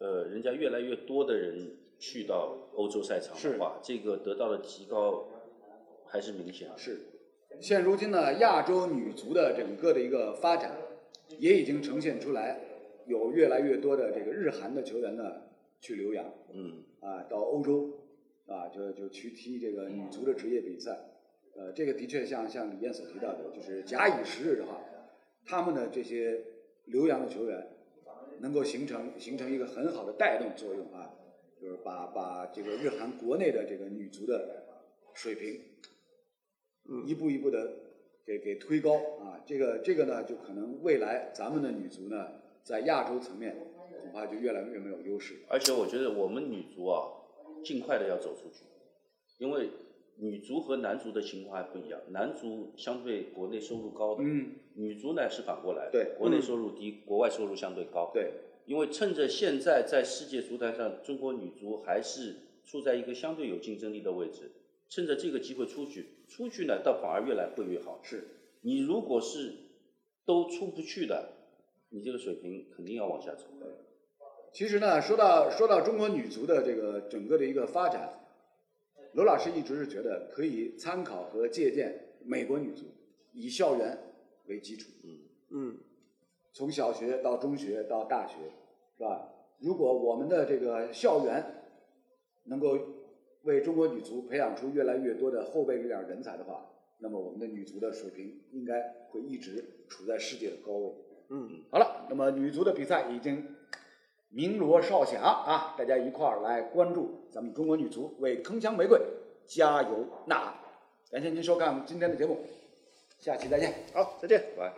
Speaker 3: 呃人家越来越多的人去到欧洲赛场的话，这个得到的提高还是明显的。
Speaker 1: 是。现如今呢，亚洲女足的整个的一个发展，也已经呈现出来，有越来越多的这个日韩的球员呢去留洋。
Speaker 3: 嗯，
Speaker 1: 啊，到欧洲啊，就就去踢这个女足的职业比赛。呃，这个的确像像李燕所提到的，就是假以时日的话，他们的这些留洋的球员能够形成形成一个很好的带动作用啊，就是把把这个日韩国内的这个女足的水平一步一步的给给推高啊。这个这个呢，就可能未来咱们的女足呢，在亚洲层面恐怕就越来越没有优势。
Speaker 3: 而且我觉得我们女足啊，尽快的要走出去，因为女足和男足的情况还不一样，男足相对国内收入高的，
Speaker 1: 嗯，
Speaker 3: 女足呢是反过来的，
Speaker 1: 对嗯
Speaker 3: 国内收入低，国外收入相对高，
Speaker 1: 对。
Speaker 3: 因为趁着现在在世界足坛上，中国女足还是处在一个相对有竞争力的位置，趁着这个机会出去，出去呢倒反而越来会越好。
Speaker 1: 是，
Speaker 3: 你如果是都出不去的，你这个水平肯定要往下走的。
Speaker 1: 其实呢，说到说到中国女足的这个整个的一个发展，罗老师一直是觉得可以参考和借鉴美国女足，以校园为基础，
Speaker 2: 嗯，
Speaker 1: 从小学到中学到大学，是吧？如果我们的这个校园能够为中国女足培养出越来越多的后备力量人才的话，那么我们的女足的水平应该会一直处在世界的高位。
Speaker 2: 嗯，
Speaker 1: 好了，那么女足的比赛已经鸣锣哨响啊，大家一块儿来关注咱们中国女足，为铿锵玫瑰加油呐喊！感谢您收看今天的节目，下期再见。
Speaker 2: 好，再见。
Speaker 3: 拜。